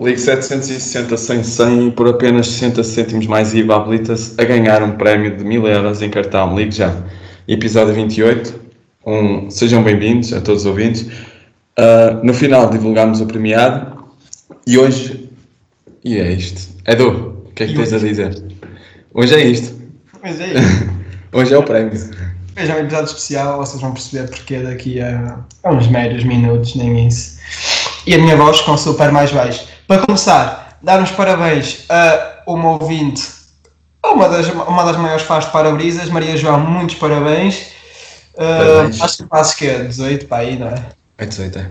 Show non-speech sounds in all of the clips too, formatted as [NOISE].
Ligue 760 100 100 por apenas 60 cêntimos mais IVA habilita-se a ganhar um prémio de 1000 euros em cartão. Ligue já. Episódio 28. Um, sejam bem-vindos a todos os ouvintes. Uh, no final divulgámos o premiado e hoje. E é isto. Edu, o que é que E tens a hoje? dizer? Hoje é isto. Mas é isso. Hoje é o prémio. Veja um episódio especial, vocês vão perceber porquê daqui a, a uns meros minutos, nem isso. E a minha voz com super mais baixo. Para começar, dar uns parabéns a uma ouvinte, a uma das, uma das maiores fãs de para-brisas, Maria João, muitos parabéns. Parabéns. Ah, acho que fazes que é 18 para aí, não é? É 18, é?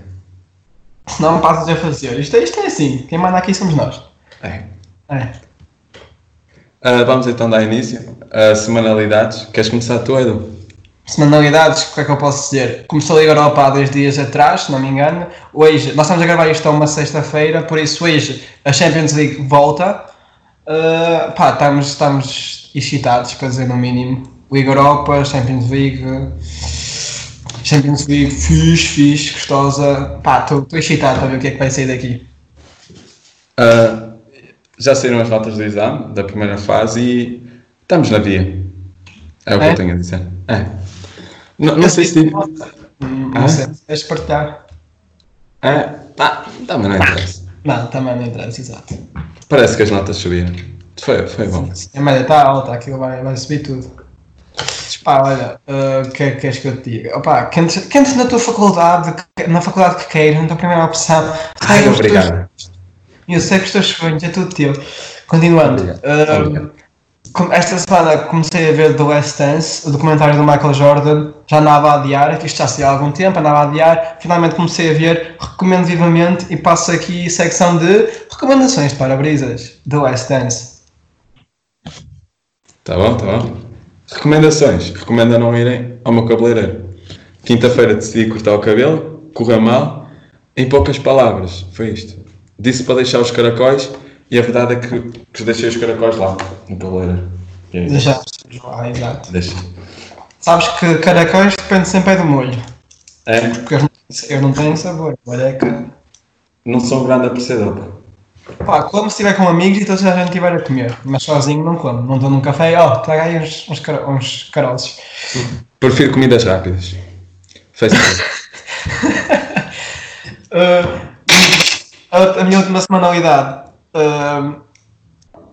Senão passas a fazer. Isto, é- isto é assim, quem manda aqui somos nós. É. É. Uh, vamos então dar início a semanalidades. Queres começar tu, Edu? Semanalidades, o que é que eu posso dizer? Começou a Liga Europa há dois dias atrás, se não me engano. Hoje, nós estamos a gravar isto a uma sexta-feira, por isso hoje a Champions League volta. Uh, pá, estamos, estamos excitados, para dizer no mínimo. Liga Europa, Champions League. Champions League, fixe, fixe, gostosa. Pá, estou estou excitado para ver o que é que vai sair daqui. Uh, já saíram as notas do exame da primeira fase e estamos na via. É o que É? eu tenho a dizer. É. Não, não sei se. Hum, Ah? Não sei se queres partilhar. É? Tá, tá, mas não interessa. Não, também não interessa, exato. Parece que as notas subiram. Foi, foi bom. A média está alta, tá, aquilo vai, vai subir tudo. Pá, olha, ah, o que é que queres que eu te diga? Opa, quem entres quem entres na tua faculdade, que- na faculdade que queiras, na tua primeira opção, Ai, segue os teus- obrigado. eu sei que os teus sonhos, é tudo teu. Continuando, Obrigado. ah, Obrigado. com- esta semana comecei a ver The Last Dance, o documentário do Michael Jordan, já andava a adiar, que isto já saiu há algum tempo, andava a adiar, finalmente comecei a ver, recomendo vivamente e passo aqui secção de recomendações para brisas, The Last Dance. Tá bom, tá bom. Recomendações. Recomendo não irem ao meu cabeleireiro. Quinta-feira decidi cortar o cabelo, correu mal, em poucas palavras. Foi isto. Disse para deixar os caracóis e a verdade é que, que deixei os caracóis lá, no cabeleireiro. E é isso. Já, ah, exato. Deixa. Sabes que caracóis depende sempre é do molho, É, porque eu não, eu não tenho sabor. Olha é que. não sou um grande apreciador. pá. Pá, como se estiver com amigos e toda a gente estiver a comer, mas sozinho não como. Não estou num café, ó, traga aí uns, uns, cara- uns caroços. Prefiro comidas rápidas. Facebook. Ah, a, a minha última semanalidade. ah,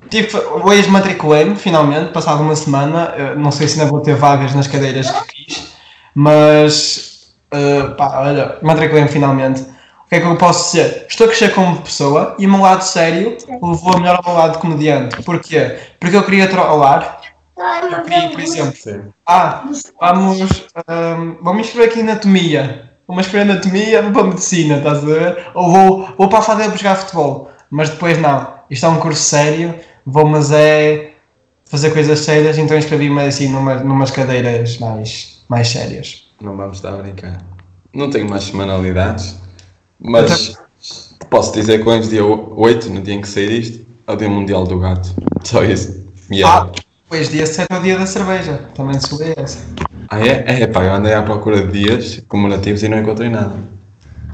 tive, hoje matriculei-me, finalmente, passado uma semana. ah, não sei se ainda vou ter vagas nas cadeiras que quis, mas ah, pá, olha, matriculei-me finalmente. O que é que eu posso dizer? Estou a crescer como pessoa e o meu lado sério levou a melhor ao meu lado de comediante. Porquê? Porque eu queria trollar. E, por exemplo, Sim. ah, vamos. ahm, vamos escrever aqui anatomia. Vou escrever anatomia, vou para medicina, estás a ver? Ou vou, vou para a fadela para jogar futebol. Mas depois não. Isto é um curso sério, vou, mas é fazer coisas sérias, então escrevi-me assim numa, numas cadeiras mais, mais sérias. Não vamos estar a brincar. Não tenho mais semanalidades, mas posso dizer que hoje, dia 8, no dia em que sair isto, é o Dia Mundial do Gato. Só isso. E é. Ah, depois dia 7 é o dia da cerveja. Também se lê essa. Ah, é? É, pá, eu andei à procura de dias comemorativos e não encontrei nada.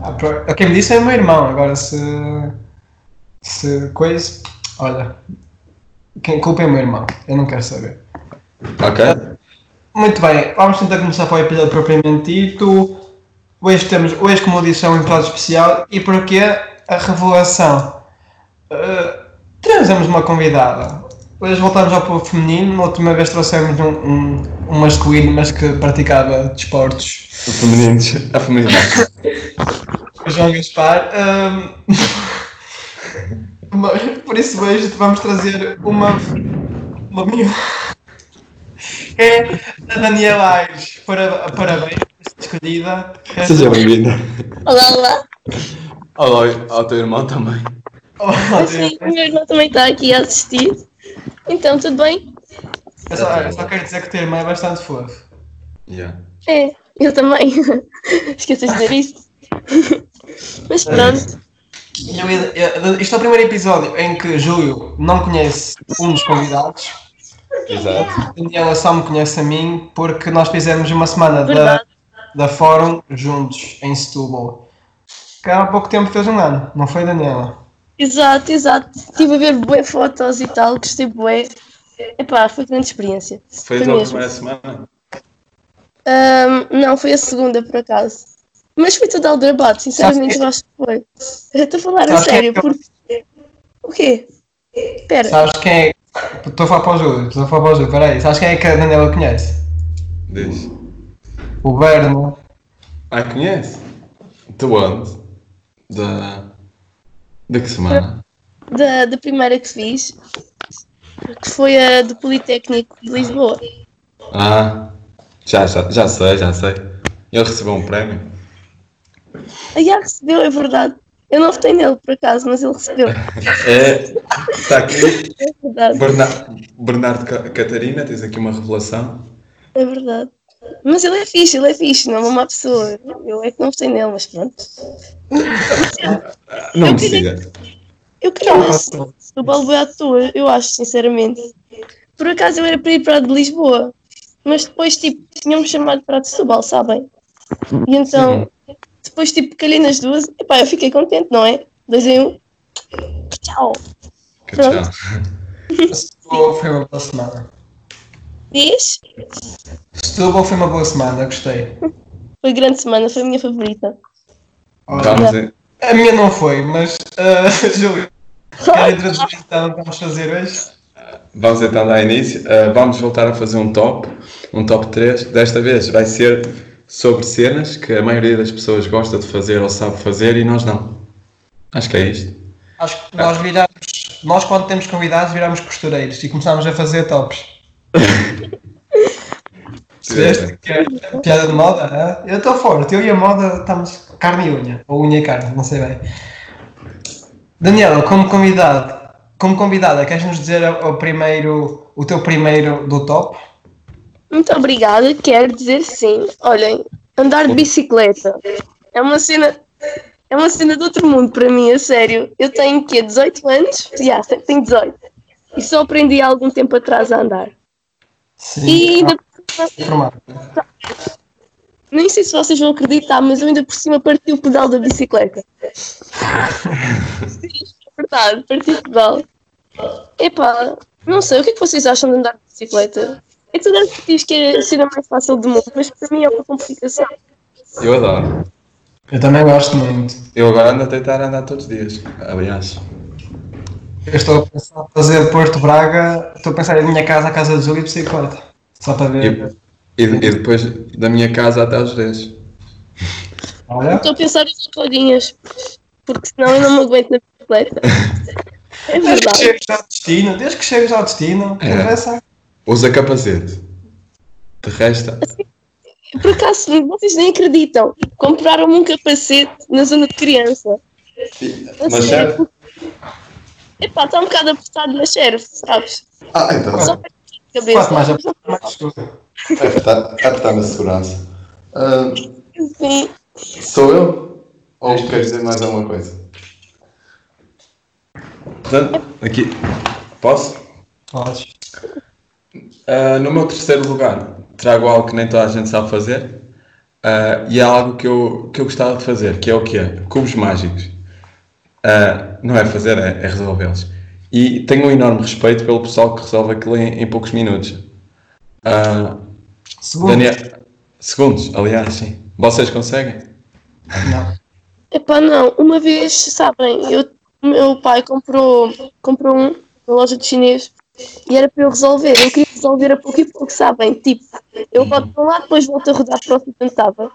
Ah, pro- Quem me disse é o meu irmão, agora se. Se coisa. Olha. Quem culpa é o meu irmão, eu não quero saber. Ok? Muito bem, vamos tentar começar para o episódio propriamente dito. Hoje temos, hoje como eu disse, é um episódio especial e porquê a revelação. Uh, trazemos uma convidada. Hoje voltamos ao povo feminino, na última vez trouxemos um, um, um masculino, mas que praticava desportos. O feminino. A [LAUGHS] feminina. O João Gaspar. [LAUGHS] um, mas, por isso hoje vamos trazer uma, uma miúda. É a Daniela Aires. Para, parabéns, escolhida. Seja bem-vinda. Olá, olá. Olá ao teu irmão também. Olá, Assim, o meu irmão também está aqui a assistir. Então, tudo bem? Eu só, olha, só quero dizer que o teu irmão é bastante fofo. Yeah. É, eu também. [LAUGHS] Esqueci de dizer isso. [LAUGHS] Mas É pronto, E eu ia- eu- Isto é o primeiro episódio em que Júlio não conhece um dos convidados. Exato. A Daniela só me conhece a mim porque nós fizemos uma semana da, verdade. da Fórum juntos em Setúbal. Que há pouco tempo fez um ano, não foi, Daniela? Exato, exato. Estive a ver bué fotos e tal, gostei bué. Epá, foi grande experiência. Foi a Foi mesmo. primeira semana? Ahm, não, foi a segunda, por acaso. Mas foi toda aldrabado, sinceramente, eu acho que foi. [LAUGHS] Eu Estou a falar a Sabes quem é sério, que eu- porque... O quê? Espera, Sabes quem é. Estou a falar para o Júlio, estou a falar para o Júlio, peraí. Sabes quem é que a Daniela conhece? Diz. O Berno. Ah, conhece? De onde? Da. Da que semana? da, da primeira que fiz, que foi a do Politécnico de Lisboa. Ah, já, já, já sei, já sei. Ele recebeu um prémio. Ah, já recebeu, é verdade. Eu não votei nele, por acaso, mas ele recebeu, é É. Está aqui. verdade. Berna- Bernardo Ca- Catarina, tens aqui uma revelação. É verdade. Mas ele é fixe, ele é fixe, não é uma má pessoa. Eu é que não gostei nele, mas pronto. Ah, Não precisa. Eu queria um assunto do Balboa à toa, eu acho, sinceramente. Por acaso eu era para ir para a de Lisboa, mas depois, tipo, tinham-me chamado para a de Setúbal, sabem? E então, depois, tipo, calhei nas duas. Epá, eu fiquei contente, não é? Dois em um. Tchau. Que tchau. Setúbal foi uma boa semana. Diz? Setúbal foi uma boa semana, gostei. Foi grande semana, foi a minha favorita. Olha, Vamos em- a minha não foi, mas. Uh, [LAUGHS] Júlio, quer introduzir então o que vamos fazer hoje? Vamos então dar início. Ah, vamos voltar a fazer um top, um top 3. Desta vez vai ser sobre cenas que a maioria das pessoas gosta de fazer ou sabe fazer e nós não. Acho que é isto. Acho que nós viramos. Nós, quando temos convidados, viramos costureiros e começámos a fazer tops. Percebeste? Que é a Piada de moda? hã? Eu estou forte, eu e a moda estamos carne e unha, ou unha e carne, não sei bem. Daniela, como convidado, como convidada, queres-nos dizer o, o primeiro, o teu primeiro do top? Muito obrigada, quero dizer sim. Olhem, andar de bicicleta é uma cena. É uma cena do outro mundo para mim, a sério. Eu tenho que 18 anos? Já, tenho 18. E só aprendi há algum tempo atrás a andar. Sim. E ainda por cima, Informado. nem sei se vocês vão acreditar, mas eu ainda por cima parti o pedal da bicicleta. Sim, é verdade, parti o pedal. Epá, não sei, o que é que vocês acham de andar de bicicleta? É que tu andas diz que é a cena mais fácil do mundo, mas para mim é uma complicação. Eu adoro. Eu também gosto muito. Eu agora ando a tentar andar todos os dias. Aliás. Eu estou a pensar em fazer Porto Braga, estou a pensar em minha casa, a casa de Júlio e bicicleta. Só para ver. E, e- e depois da minha casa até aos 10. Olha, Estou a pensar em rodinhas, porque senão eu não me aguento na bicicleta. É desde que verdade. chegues ao destino, desde que chegues ao destino, É. conversa. Usa capacete. De resto, Por acaso, vocês nem acreditam, compraram-me um capacete na zona de criança. mas serve? Epá, está um bocado apertado na xerve, sabes? Ah, então. é Só para a Quanto mais cabeça. a mais escuro. Está na segurança. Ah, Sim. sou eu? Ou queres dizer mais alguma coisa? Portanto, aqui. Posso? Podes. Uh, no meu terceiro lugar, trago algo que nem toda a gente sabe fazer uh, e é algo que eu, que eu gostava de fazer, que é o que é? Cubos mágicos. Uh, não é fazer, é, é resolvê-los. E tenho um enorme respeito pelo pessoal que resolve aquilo em, em poucos minutos. Uh, Segundo. Daniel, segundos, aliás, sim. Vocês conseguem? Não. Epá, não, uma vez, sabem, eu, o meu pai comprou, comprou um na loja de chinês e era para eu resolver. Eu queria resolver a pouco e pouco, sabem? Tipo, eu rodo para um lado, depois volto a rodar para o outro onde estava.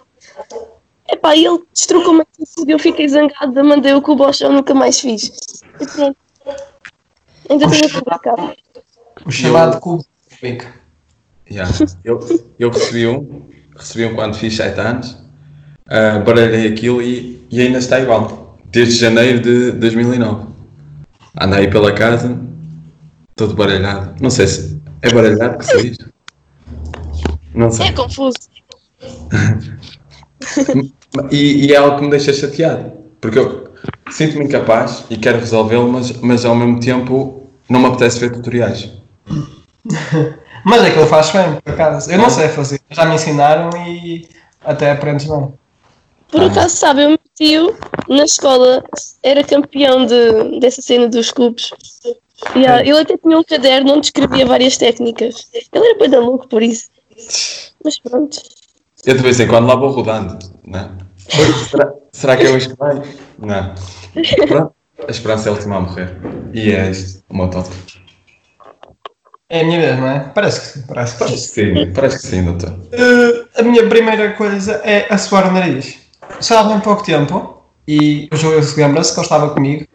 Epá, e ele destrucou-me aqui tudo, eu fiquei zangada, mandei o cubo ao chão, nunca mais fiz. E pronto. Ainda tenho a complicar. O chamado cubo de Rubik. Yeah. Eu, eu recebi um, recebi um quando fiz 7 anos, uh, baralhei aquilo e, e ainda está igual, desde janeiro de 2009. Andei pela casa, todo baralhado. Não sei se é baralhado que se diz. Não É sei. confuso. E, e é algo que me deixa chateado, porque eu sinto-me incapaz e quero resolvê-lo, mas, mas ao mesmo tempo não me apetece ver tutoriais. Mas é que ele faz bem, por acaso. Eu não sei fazer, já me ensinaram e até aprendes bem. Por acaso, sabe, eu tio, na escola, era campeão de, dessa cena dos cubos. E, ah, ele até tinha um caderno onde escrevia várias técnicas. Ele era bem louco por isso. Mas pronto. Eu de vez em quando lá vou rodando, né? será, será que é hoje que vai? Não. Pronto, a esperança é a última a morrer. E é isto, o meu tópico. É a minha vez, não é? Parece que sim, parece que sim. Parece que sim, parece que sim, doutor. Eh, a minha primeira coisa é a suar o nariz. Só há bem pouco tempo, e o Júlio se lembra-se que ele estava comigo,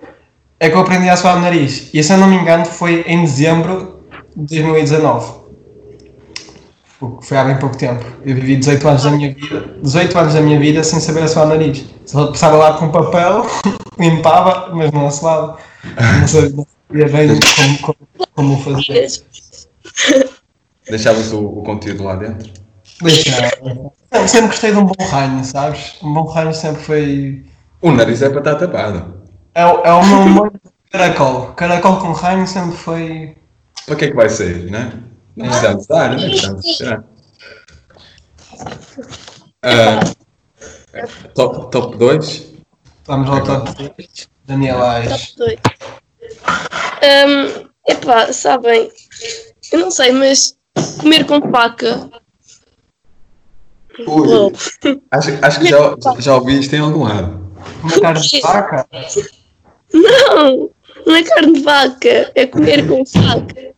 é que eu aprendi a suar o nariz. E se eu não me engano foi em dezembro de 2019. O que foi há bem pouco tempo. Eu vivi 18 anos da minha vida, 18 anos da minha vida sem saber a suar o nariz. Só passava lá com papel, [LAUGHS] limpava, mas não assoava. Não sabia não sabia bem como, como, como fazer. é Deixavas o, o conteúdo lá dentro. Deixa. Não, sempre gostei de um bom ranho, sabes? Um bom ranho sempre foi. O nariz é para estar tapado. É, o- é o meu molho de caracol. Caracol com ranho sempre foi. Para que é que vai sair, né? Não precisamos dar, não precisamos tirar. Ah, top, top 2? Vamos ao top 3. Daniel Aires. Top 2. Hum, epá, sabem, eu não sei, mas comer com faca. Uou. Acho, acho que já, já ouvi isto em algum lado. Uma carne de vaca? Não, não é carne de vaca, é comer com faca.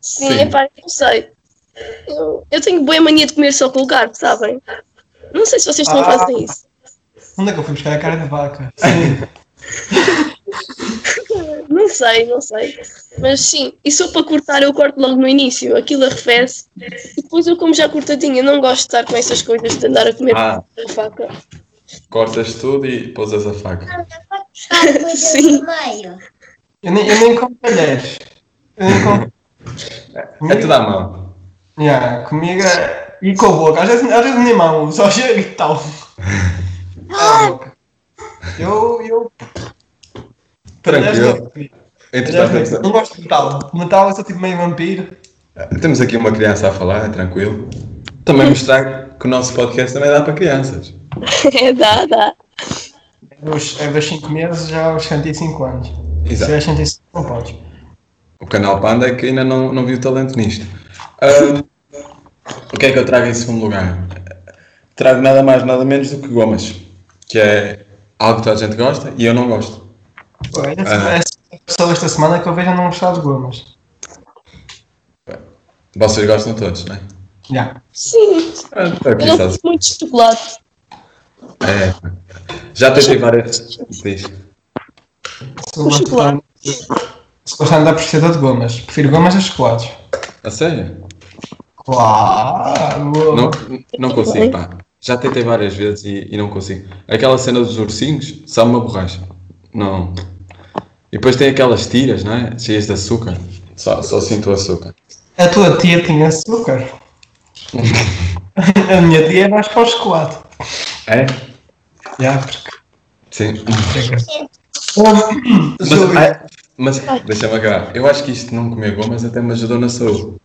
Sim, Sim. epá, não sei. Eu, eu tenho boa mania de comer só com o garfo, sabem? Não sei se vocês também Ah. fazem isso. Onde é que eu fui buscar a carne de vaca? Sim. Não sei, não sei. Mas sim, e só para cortar eu corto logo no início, aquilo arrefece. E depois eu como já cortadinha, não gosto de estar com essas coisas de andar a comer Ah, com a faca. [LAUGHS] cortas tudo e pousas a faca. Sim. no meio. Eu nem, eu nem como talheres. Eu nem como. É tudo à mão. Yeah, comigo é- E com a boca. Às vezes, às vezes nem mão, só chega e tal. É a boca. Eu. eu... Tranquilo. É Entretanto, Não gosto de metal. Metal eu sou tipo meio vampiro. Ah, temos aqui uma criança a falar, é tranquilo. Também mostrar que o nosso podcast também dá para crianças. É, dá, dá. Dos, é dos 5 meses já aos 105 anos. Se é Exato. tiveres 105 não podes. O canal Panda é que ainda não, não viu talento nisto. Ah, o que é que eu trago em segundo lugar? Trago nada mais, nada menos do que gomas, que é algo que toda a gente gosta e eu não gosto. Pô, é Ah. essa- essa pessoa esta semana que eu vejo a não gostar de gomas. Vocês gostam todos, não é? Já. Sim, Ah, tô aqui eu não sozinho. gosto muito de chocolate. É. Já tentei várias. Diz. Se eu gosto de chocolate. andar- se gosto de andar por seda de gomas, prefiro gomas a chocolates. A sério? Claro! Não, não consigo, pá. Já tentei várias vezes e, e não consigo. Aquela cena dos ursinhos, sabe uma borracha. Não. E depois tem aquelas tiras, não é? Cheias de açúcar. Só, só sinto o açúcar. A tua tia [LAUGHS] tinha açúcar. a minha tia é mais para o chocolate. É? Já, porque. Sim. Oh, Mas, Júlio, ai, mas deixa-me acabar. Eu acho que isto de não comer gomas até me ajudou na saúde.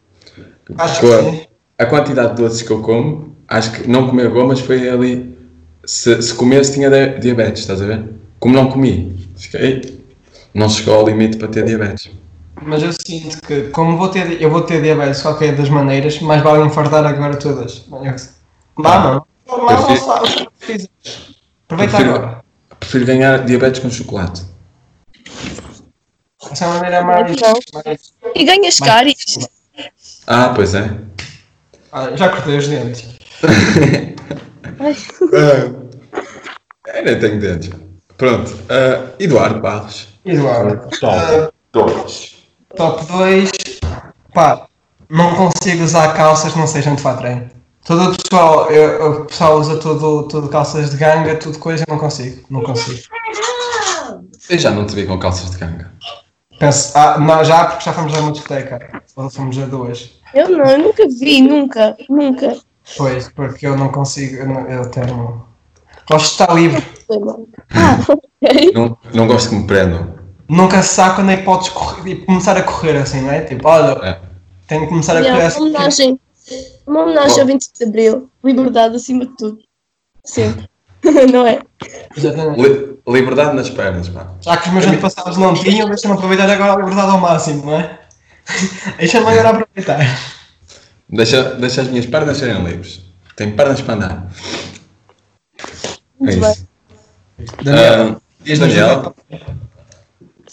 acho Com que a- sim. a, quantidade de doces que eu como, acho que não comer gomas foi ali. Se, se comesse, tinha di- diabetes, estás a ver? Como não comi, fiquei. Não chegou ao limite para ter diabetes. Mas eu sinto que, como vou ter, eu vou ter diabetes de qualquer das maneiras, mais vale infartar agora todas. Dá, mano. Mas não Prefiro- sabe o que fizeres. Aproveita Prefiro- agora. Prefiro ganhar diabetes com chocolate. Essa é a maneira mais. mais- E ganhas Mas- cáries. Ah, pois é. Ah, já cortei os dentes. Eu É, nem tenho dentes. Pronto. ah, Eduardo Barros. Eduardo. Ah, Dois. top 2. Pá, não consigo usar calças que não sejam de fatrem. Todo o pessoal, eu- o pessoal usa tudo, tudo calças de ganga, tudo coisa, eu não consigo. Não consigo. Eu já não te vi com calças de ganga. Penso, ah, não, já porque já fomos a uma discoteca. Ou fomos a duas. Eu não, eu nunca vi, nunca, nunca. Pois, porque eu não consigo, eu, não, eu tenho. Gosto de estar livre. Foi mal. Ah, ok. Não, não gosto que me prendam. Nunca se sabe quando é que podes correr, e começar a correr assim, não é? Tipo, olha, É. tenho que começar a correr Yeah, assim. homenagem. Uma homenagem ao 25 de Abril. Liberdade acima de tudo. Sempre. [LAUGHS] não é? Exatamente. Li- liberdade nas pernas, mano. Já que os meus antepassados não tinham, deixa-me aproveitar agora a liberdade ao máximo, não é? [LAUGHS] Deixa-me agora aproveitar. Deixa, deixa as minhas pernas serem livres. Tenho pernas para andar. É Muito bem. isso. Daniel, Ah, diz-nos Daniel?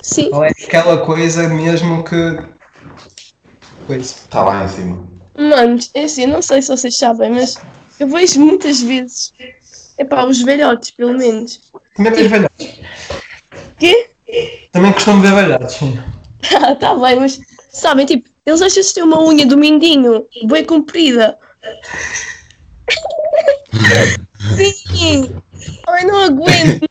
Sim. qual é aquela coisa mesmo que. Coisa. Está Tá lá em cima. Manos, é assim, não sei se vocês sabem, mas eu vejo muitas vezes. Epá, os velhotes, pelo menos. Também vejo velhotes. Quê? Também costumo ver velhotes. sim. Ah, [LAUGHS] tá bem, mas sabem, tipo, eles acham que têm uma unha do mindinho bem comprida. Sim! Ai, não aguento!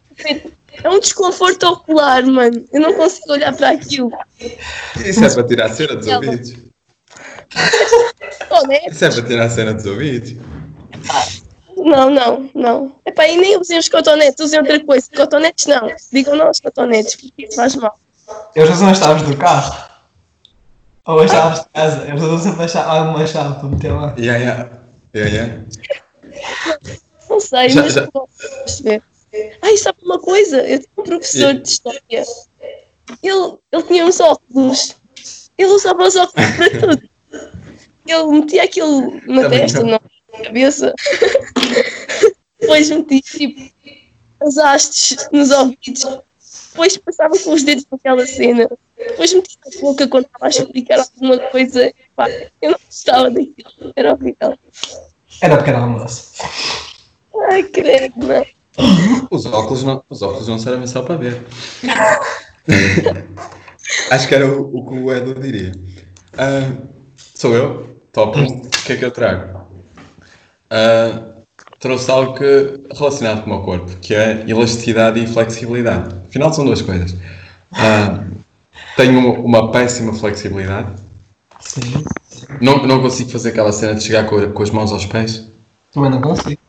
É um desconforto ocular, mano. Eu não consigo olhar para aquilo. Isso é para tirar a cera dos ouvidos. Oh, né? Isso é para tirar a cera dos ouvidos. Não, não, não. Epá, e nem usem os cotonetes, usem outra coisa. Cotonetes não. Digam não aos cotonetes, porque isso faz mal. Eles usam as chaves do carro. Ou as chaves de casa. Eles usam sempre a chave- alguma chave para meter lá. Yeah, yeah. Yeah, yeah. Não sei, Já- mas já- não posso perceber. Ai, sabe uma coisa? Eu tinha um professor de história. Ele, ele tinha uns óculos. Ele usava os óculos [LAUGHS] para tudo. Ele metia aquilo na Também testa, não. não. na cabeça. [LAUGHS] Depois metia, tipo, as hastes nos ouvidos. Depois passava com os dedos naquela cena. Depois metia a boca quando estava a explicar alguma coisa. Pá, eu não gostava daquilo. Era horrível. Era pequeno almoço. Ai, credo, não. Os óculos não, os óculos não servem só para ver. [LAUGHS] Acho que era o, o que o Edu diria. Ah, sou eu, top. O que é que eu trago? Ah, trouxe algo que, relacionado com o meu corpo, que é elasticidade e flexibilidade. Afinal, são duas coisas. Ah, tenho uma péssima flexibilidade. Sim. Não, não consigo fazer aquela cena de chegar com, a- com as mãos aos pés. Também não consigo.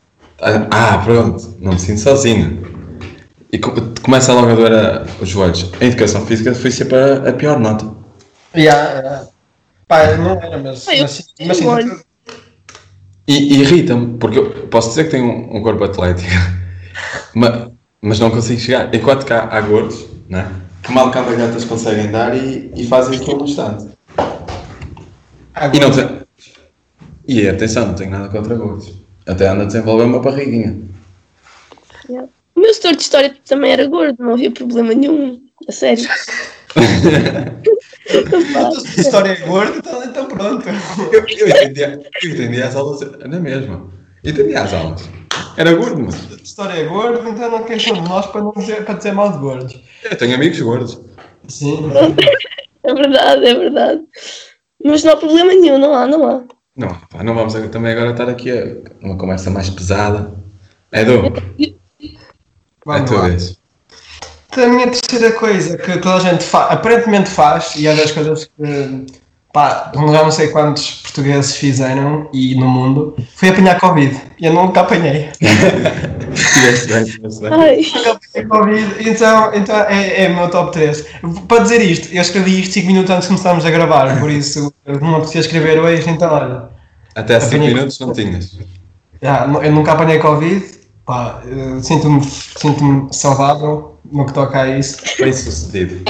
Ah, Ah, pronto, não me sinto sozinho. E co- começa logo a doer a- os joelhos. Em educação física foi sempre a, a pior nota. Yeah, yeah. Pá, não era, mas. Foi eu Mas, sim- mas sim, que fiz, olha. E, e irrita-me, porque eu posso dizer que tenho um, um corpo atlético, [LAUGHS] mas, mas não consigo chegar. Enquanto cá há gordos, né? que mal gatas conseguem dar e, e fazem aquilo no instante. E, não agora, tem- e atenção, não tenho nada contra gordos. Até ando a desenvolver uma barriguinha. Yeah. O meu setor de história também era gordo, não havia problema nenhum. A sério. a história é gorda, então, então pronto. Eu, eu, entendia, eu entendia as aulas é na mesma. Entendia as aulas. Era gordo, mas A história é gorda, então não queixam de nós para, não dizer, para dizer mal de gordos. eu tenho amigos gordos. Sim. é verdade, é verdade. Mas não há problema nenhum, não há, não há. Não, pá, não vamos ag- também agora estar aqui a uma conversa mais pesada. Edu, é a Vamos tua lá. Então, vez. [LAUGHS] A minha terceira coisa que toda a gente fa aparentemente faz, e é das coisas que pá, já não sei quantos portugueses fizeram e no mundo, foi apanhar Covid. E eu nunca apanhei. Tiveste bem, tiveste bem. Ai, É Covid, então, então é, é o meu top 3. Para dizer isto, eu escrevi isto 5 minutos antes de começarmos a gravar, por isso um eu não apetecia escrever hoje, então olha. Até há 5 Apanhei- minutos não tinhas. já, nu- eu nunca apanhei Covid, pá, eh, sinto-me sinto saudável no que toca a isso. Bem sucedido.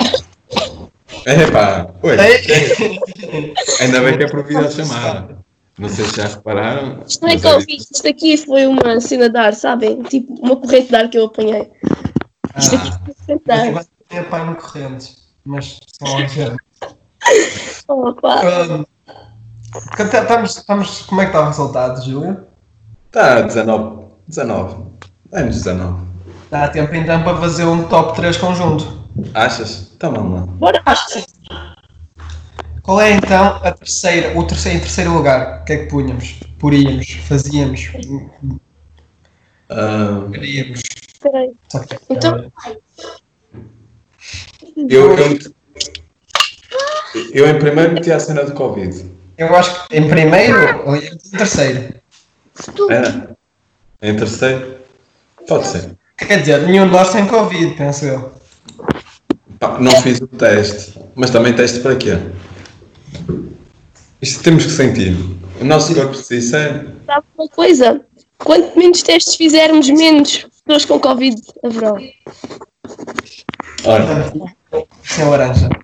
É pá, oi. Ainda bem que é por videochamada. Não sei se já repararam. isto não é mas é- Covid, isto aqui foi uma cena de ar, sabem? Tipo, uma corrente de ar que eu apanhei. Isto aqui Ah, foi uma corrente de mas ar. agora é pá em correntes, mas são ligeiro. Oh, pá. tá, Estamos, estamos, como é que está o resultado, Júlio? Tá, 19. 19. Anos 19. Dá tempo então para fazer um top 3 conjunto. Achas? Então vamos lá. Bora. Qual é então a terceira, o terceiro, em terceiro lugar? O que é que punhamos? Poríamos, fazíamos, Ah, queríamos. Espera aí. Só que- é? Então- eu, eu, eu em primeiro meti a cena do Covid. Eu acho que em primeiro ou em terceiro? Era? Em terceiro? É Pode ser. Quer dizer, nenhum de nós tem Covid, penso eu. Pá, não fiz o teste. Mas também teste para quê? Isto temos que sentir. O nosso corpo disso é. Sabe uma coisa? Quanto menos testes fizermos, menos pessoas com Covid haverá. Olha, Sem a laranja. [LAUGHS]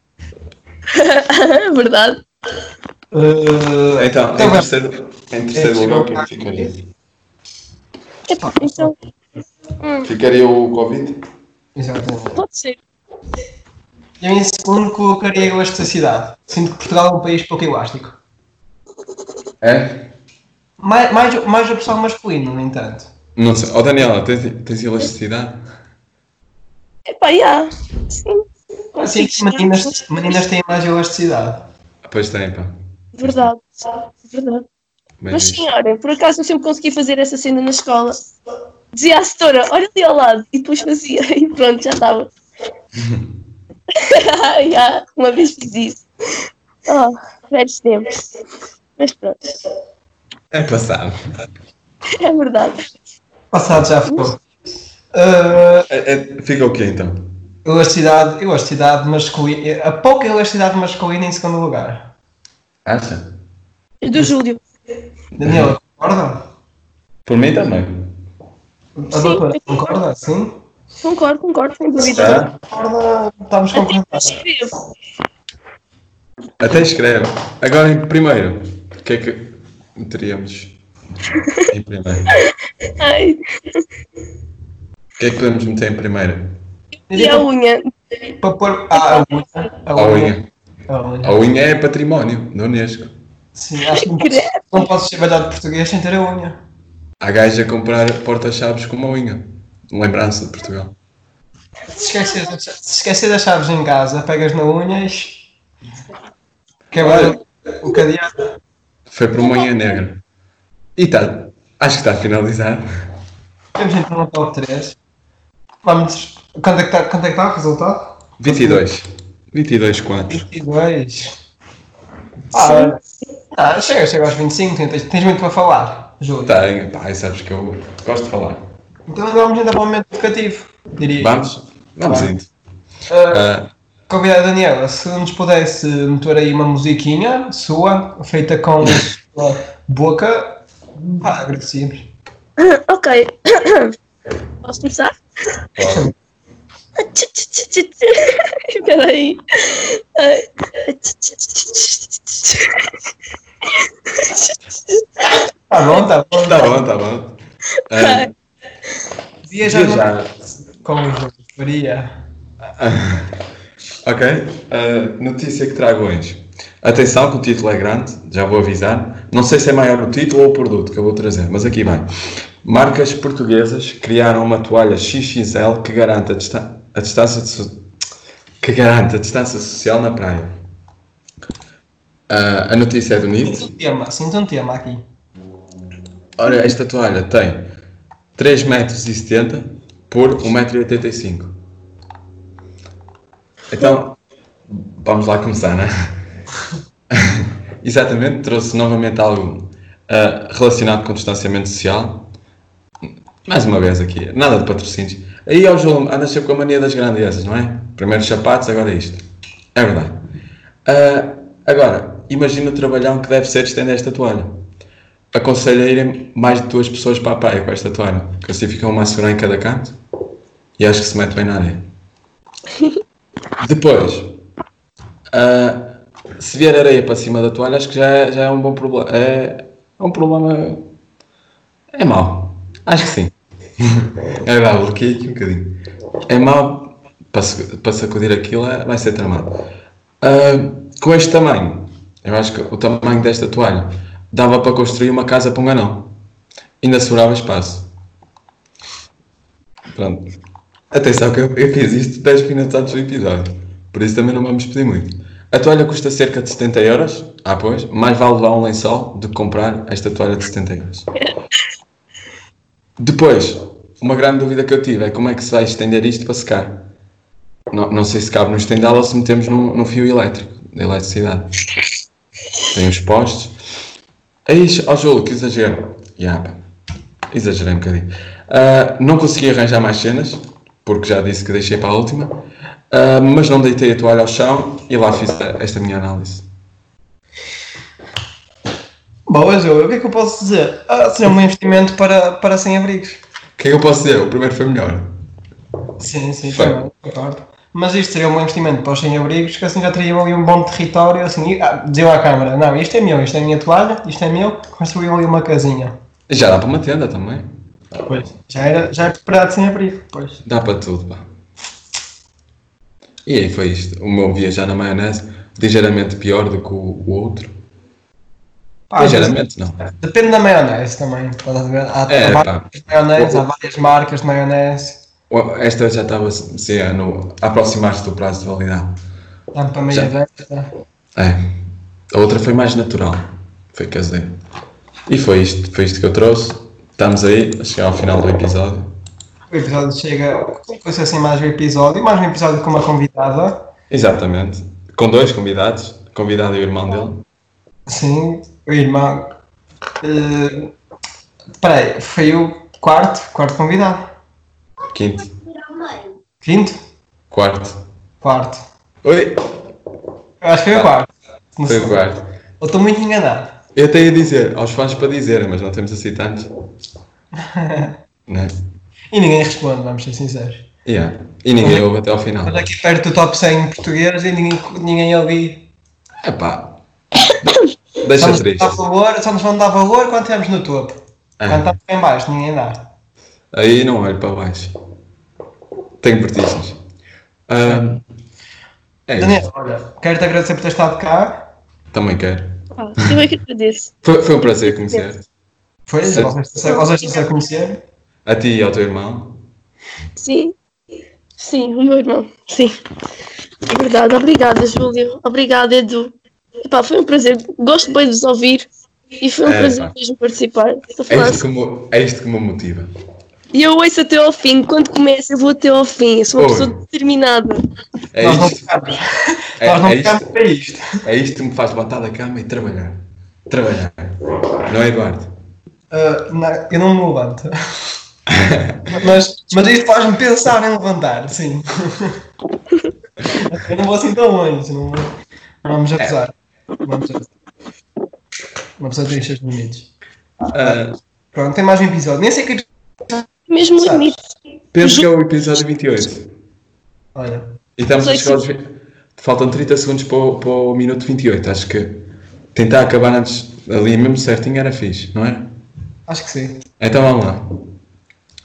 É verdade. Eh, então, em vai- terceiro, em terceiro É, lugar, chegou quem ficaria? Epá, então, Ficaria o Covid? Exatamente. pode ser. Eu em segundo colocaria a elasticidade. Sinto que Portugal é um país pouco elástico. É? Mais, mais, mais o pessoal masculino, no entanto. Não sei. Ó Daniela, tens, tens elasticidade? Epá, já. Sim. Sim, Consigo chegar. meninas, meninas têm mais elasticidade. Ah, Pois tem, pá. Verdade. Verdade. Bem Mas visto. senhora, por acaso eu sempre consegui fazer essa cena na escola. Dizia à setora, olha ali ao lado, e depois fazia, [LAUGHS] e pronto, já estava. [LAUGHS] já, uma vez fiz isso. Oh, velhos tempos. Mas pronto, É passado. é verdade. Passado já foi. Eh, É- é- fica o quê então? elasticidade, elasticidade masculina. eh, A pouca elasticidade masculina em segundo lugar. Acha? Do Júlio. Daniel, concorda? Por mim também. A doutora concorda? Sim? Concordo, concordo, sem dúvida. Tá? Concorda? Estamos Até que eu concordados. escrevo. Até escreve. Agora em primeiro. O que é que meteríamos em primeiro? Ai, O que é que podemos meter em primeiro? e então, a unha? Para pôr. Ah, a unha. A A unha. unha. A unha. A unha é património da Unesco. Sim, acho que não posso, não posso ser velhado de português sem ter a unha. Há gajo a comprar porta-chaves com uma unha. Lembrança de Portugal. Se esqueces, as- se esqueces as chaves em casa, pegas na unha e. Quebrar o cadeado. Foi por uma unha negra. E está. Acho que está finalizado. Temos então no top 3. Vamos. Quanto é que está, quanto é que está o resultado? 22. 22 quantos? 22. Ah, ah, chega, chega aos 25, tens, tens muito para falar, Júlio. Tem. Tá, Pá, sabes que eu gosto de falar. Então vamos ainda para o momento educativo, diria. Vamos? Vamos Vai. indo. Ah, Ah, Convidada Daniela, se nos pudesse meter aí uma musiquinha sua, feita [LAUGHS] com a sua boca, pá, agradecíamos. [COUGHS] Ok. Posso começar? pode. [COUGHS] Espera aí. Ai. Tá bom, tá bom. Tá bom, tá bom. Ah, Viajar viajar. com o Júlio Faria. Ok, uh, notícia que trago hoje. Atenção que o título é grande, já vou avisar. Não sei se é maior o título ou o produto que eu vou trazer, mas aqui vai. Marcas portuguesas criaram uma toalha XXL que garante a, distan- a distância de so- que garante a distância social na praia. Uh, a notícia é do NIT. Sinto um tema, sinto um tema aqui. Ora, esta toalha tem 3,70 metros por 1,85m. Então, vamos lá começar, né? [LAUGHS] Exatamente, trouxe novamente algo ah, relacionado com o distanciamento social. Mais uma vez aqui, nada de patrocínios. Aí, ó João, andas sempre com a mania das grandezas, não é? Primeiro os sapatos, agora isto. É verdade. Ah, agora, imagina o trabalhão que deve ser estender esta toalha aconselho a irem mais de duas pessoas para a praia com esta toalha, que assim ficam uma a segurar em cada canto e acho que se mete bem na areia. Depois, ah, se vier areia para cima da toalha, acho que já é, já é um bom problema. É, é um problema. É mau. Acho que sim. é bravo, bloqueei aqui um bocadinho. É mau para, se- para sacudir aquilo, é- vai ser tramado. Ah, com este tamanho, eu acho que o tamanho desta toalha dava para construir uma casa para um anão. Ainda sobrava espaço. Pronto. Atenção que eu, eu fiz isto 10 minutos antes do episódio. Por isso também não vamos pedir muito. A toalha custa cerca de 70 euros. Ah, pois. Mais vale levar um lençol do que comprar esta toalha de 70 euros. Depois, uma grande dúvida que eu tive é como é que se vai estender isto para secar. Não, não sei se cabe no estendal ou se metemos num, num fio elétrico, de eletricidade. Tem os postes. Aí, ó Júlio, que exagero. Ya, pá. Exagerei um bocadinho. Ah, não consegui arranjar mais cenas, porque já disse que deixei para a última. Ah, mas não deitei a toalha ao chão e lá fiz a- esta minha análise. boas, eu, o que é que eu posso dizer? Ah, seja um investimento para, para sem-abrigos. O que é que eu posso dizer? O primeiro foi melhor. Sim, sim, Foi. também, concordo. Mas isto seria um bom investimento para os sem-abrigos, que assim já teriam ali um bom território, assim, e, ah, diziam à Câmara, não, isto é meu, isto é a minha toalha, isto é meu, construíam ali uma casinha. Já dá para uma tenda também. Pois, já era, já é preparado sem-abrigo, pois. Dá para tudo, pá. E aí foi isto. O meu viajar na maionese, ligeiramente pior do que o, o outro. Pá, ligeiramente não. Depende da maionese também, estás a ver? Há, É, há pá. várias maionese, há várias marcas de maionese, O- Esta já estava se a no- a aproximar-se do prazo de validade. tanto para tá? meia Já. desta. É. A outra foi mais natural. Foi caseiro. E foi isto, foi isto que eu trouxe. Estamos aí, a chegar ao final do episódio. O episódio chega, como fosse assim mais um episódio, mais um episódio com uma convidada. Exatamente. Com dois convidados, convidado e o irmão dele. Sim, o irmão. eh, Espera aí, foi o quarto, quarto convidado. Quinto, Quinto? quarto. Quarto. Oi! Eu acho que foi o quarto. Não Ah, Foi sei. o quarto. Eu estou muito enganado. Eu até ia dizer, aos fãs para dizerem, mas não temos assim [LAUGHS] tantos. né? E ninguém responde, vamos ser sinceros. Yeah. E ninguém ouve até ao final. Mas aqui perto do top 100 em português e ninguém, ninguém ali. Epá. Deixa Só nos, triste. dá valor, só nos vão dar valor quando estivermos no topo. Ah. Quando estamos cá em baixo, ninguém dá. Aí não olho para baixo. Tenho vertigens. Ahm, é isso. Daniel, olha, quero-te agradecer por ter estado cá. Também quero. Ah, eu é que agradeço. Foi, foi um prazer conhecer-te. Foi, Sim. vocês vocês estão a conhecer. A ti e ao teu irmão. Sim. Sim, o meu irmão. Sim. É verdade. Obrigada, Júlio. Obrigada, Edu. Epá, foi um prazer. Gosto bem de vos ouvir. E foi um É, prazer pá. mesmo participar. Estou a É falar isto que me, é isto que me motiva. E eu ouço até ao fim. Quando começa, eu vou até ao fim. Eu sou uma Oi. pessoa determinada. É nós não isto, ficamos. é, nós não é ficamos isto, para isto. é isto que me faz levantar da cama e trabalhar. Trabalhar. Não é, Eduardo? Uh, não, eu não me levanto. mas, mas isto faz-me pensar em levantar, sim. eu não vou assim tão longe. Não vou... Vamos apesar. Vamos apesar. Uma pessoa tem os seus limites. Ah, Pronto, tem mais um episódio. Nem sei que. Mesmo o Sabes? limite. penso que é o episódio 28. Olha, E estamos a chegar aos. vi- Faltam 30 segundos para o, para o minuto 28. Acho que tentar acabar antes ali mesmo certinho era fixe, não era? acho que sim. Então vamos lá.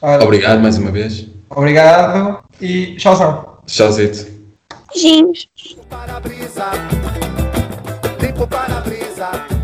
Ora, Obrigado mais uma vez. obrigado e tchauzão. Tchauzito. Beijinhos. para-brisa, limpa o para-brisa.